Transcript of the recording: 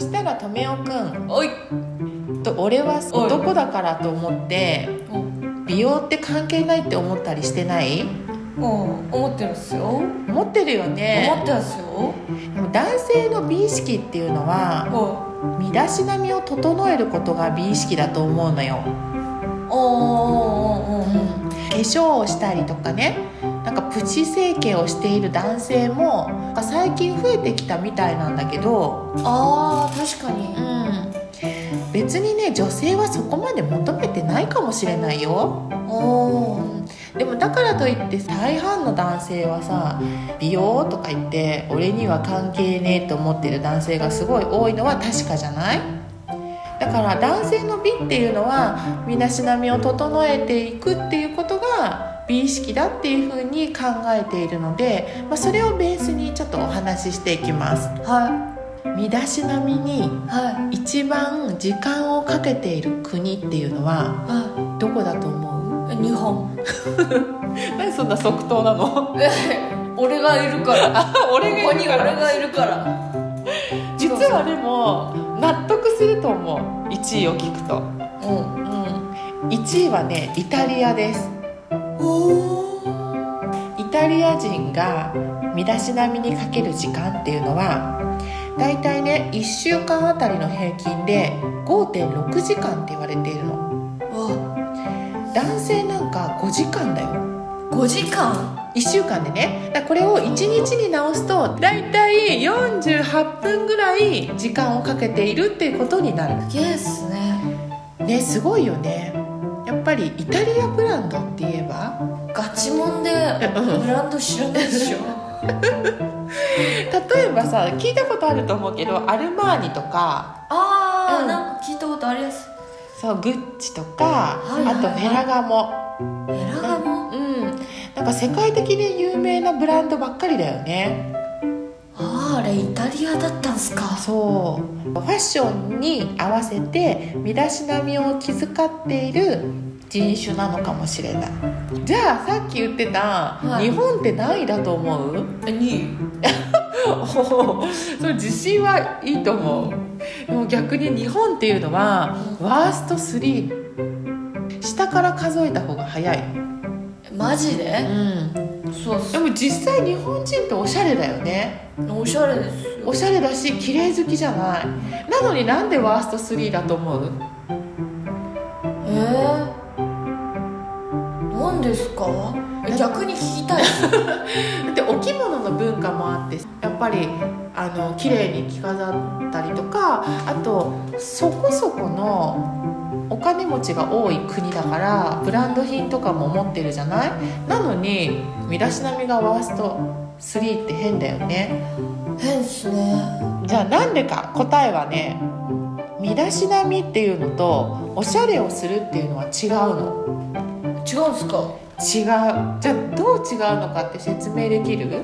したらとめおくんおいと俺は男だからと思ってお美容って関係ないって思ったりしてないお思ってますよ思思ってるよっねてますよでも男性の美意識っていうのはお身だしなみを整えることが美意識だと思うのよおおおうん化粧をしたりとかねなんかプチ整形をしている男性もなんか最近増えてきたみたいなんだけど、あー確かにうん、別にね女性はそこまで求めてないかもしれないよおーでもだからといって大半の男性はさ美容とか言って俺には関係ねえと思ってる男性がすごい多いのは確かじゃないだから男性の美っていうのは身だしなみを整えていくっていうことが美意識だっていうふうに考えているので、まあ、それをベースにちょっとお話ししていきますは身だしなみにいはい一番時間をかけている国っていうのははどこだと思ういえ日本 何そんな即答なの俺がいるから俺ここ に俺がいるから実はでも納得すると思う1位を聞くと、うんうん、1位はねイタリアですおイタリア人が身だしなみにかける時間っていうのはだいたいね1週間あたりの平均で5.6時間って言われているのわ男性なんか5時間だよ5時間1週間でねだからこれを1日に直すとだいたい48分ぐらい時間をかけているっていうことになるすげえっすねねすごいよねやっぱりイタリアブランドって言えばガチもんでブランド知らないで しょ例えばさ聞いたことあると思うけどアルマーニとかあうあんなんか聞いたことありやすそうグッチとか、はいはいはいあとフェラガモエラガモうんなんか世界的に有名なブランドばっかりだよねあああれイタリアだったんすかそうファッションに合わせて身だしなみを気遣っている人種なのかもしれないじゃあさっき言ってた、は日い本って何位だと思う2 おーそれ自信はいいと思うでも逆に日本っていうのはワースト3下から数えた方が早い、マジでん、そうっでも実際日本人っておしゃれだよねおしゃれですよおしゃれだし綺麗好きじゃないなのになんでワースト3だと思うえー、なんですかえ逆に聞きたいですだってお着物の文化もあってやっぱりあの綺麗に着飾ったりとかあとそこそこのお金持ちが多い国だからブランド品とかも持ってるじゃないなのに身だしなみがワースト3って変だよね変っすねじゃあなんでか答えはね身だしなみっていうのとおしゃれをするっていうのは違うの違うんすか違うじゃあどう違うのかって説明できる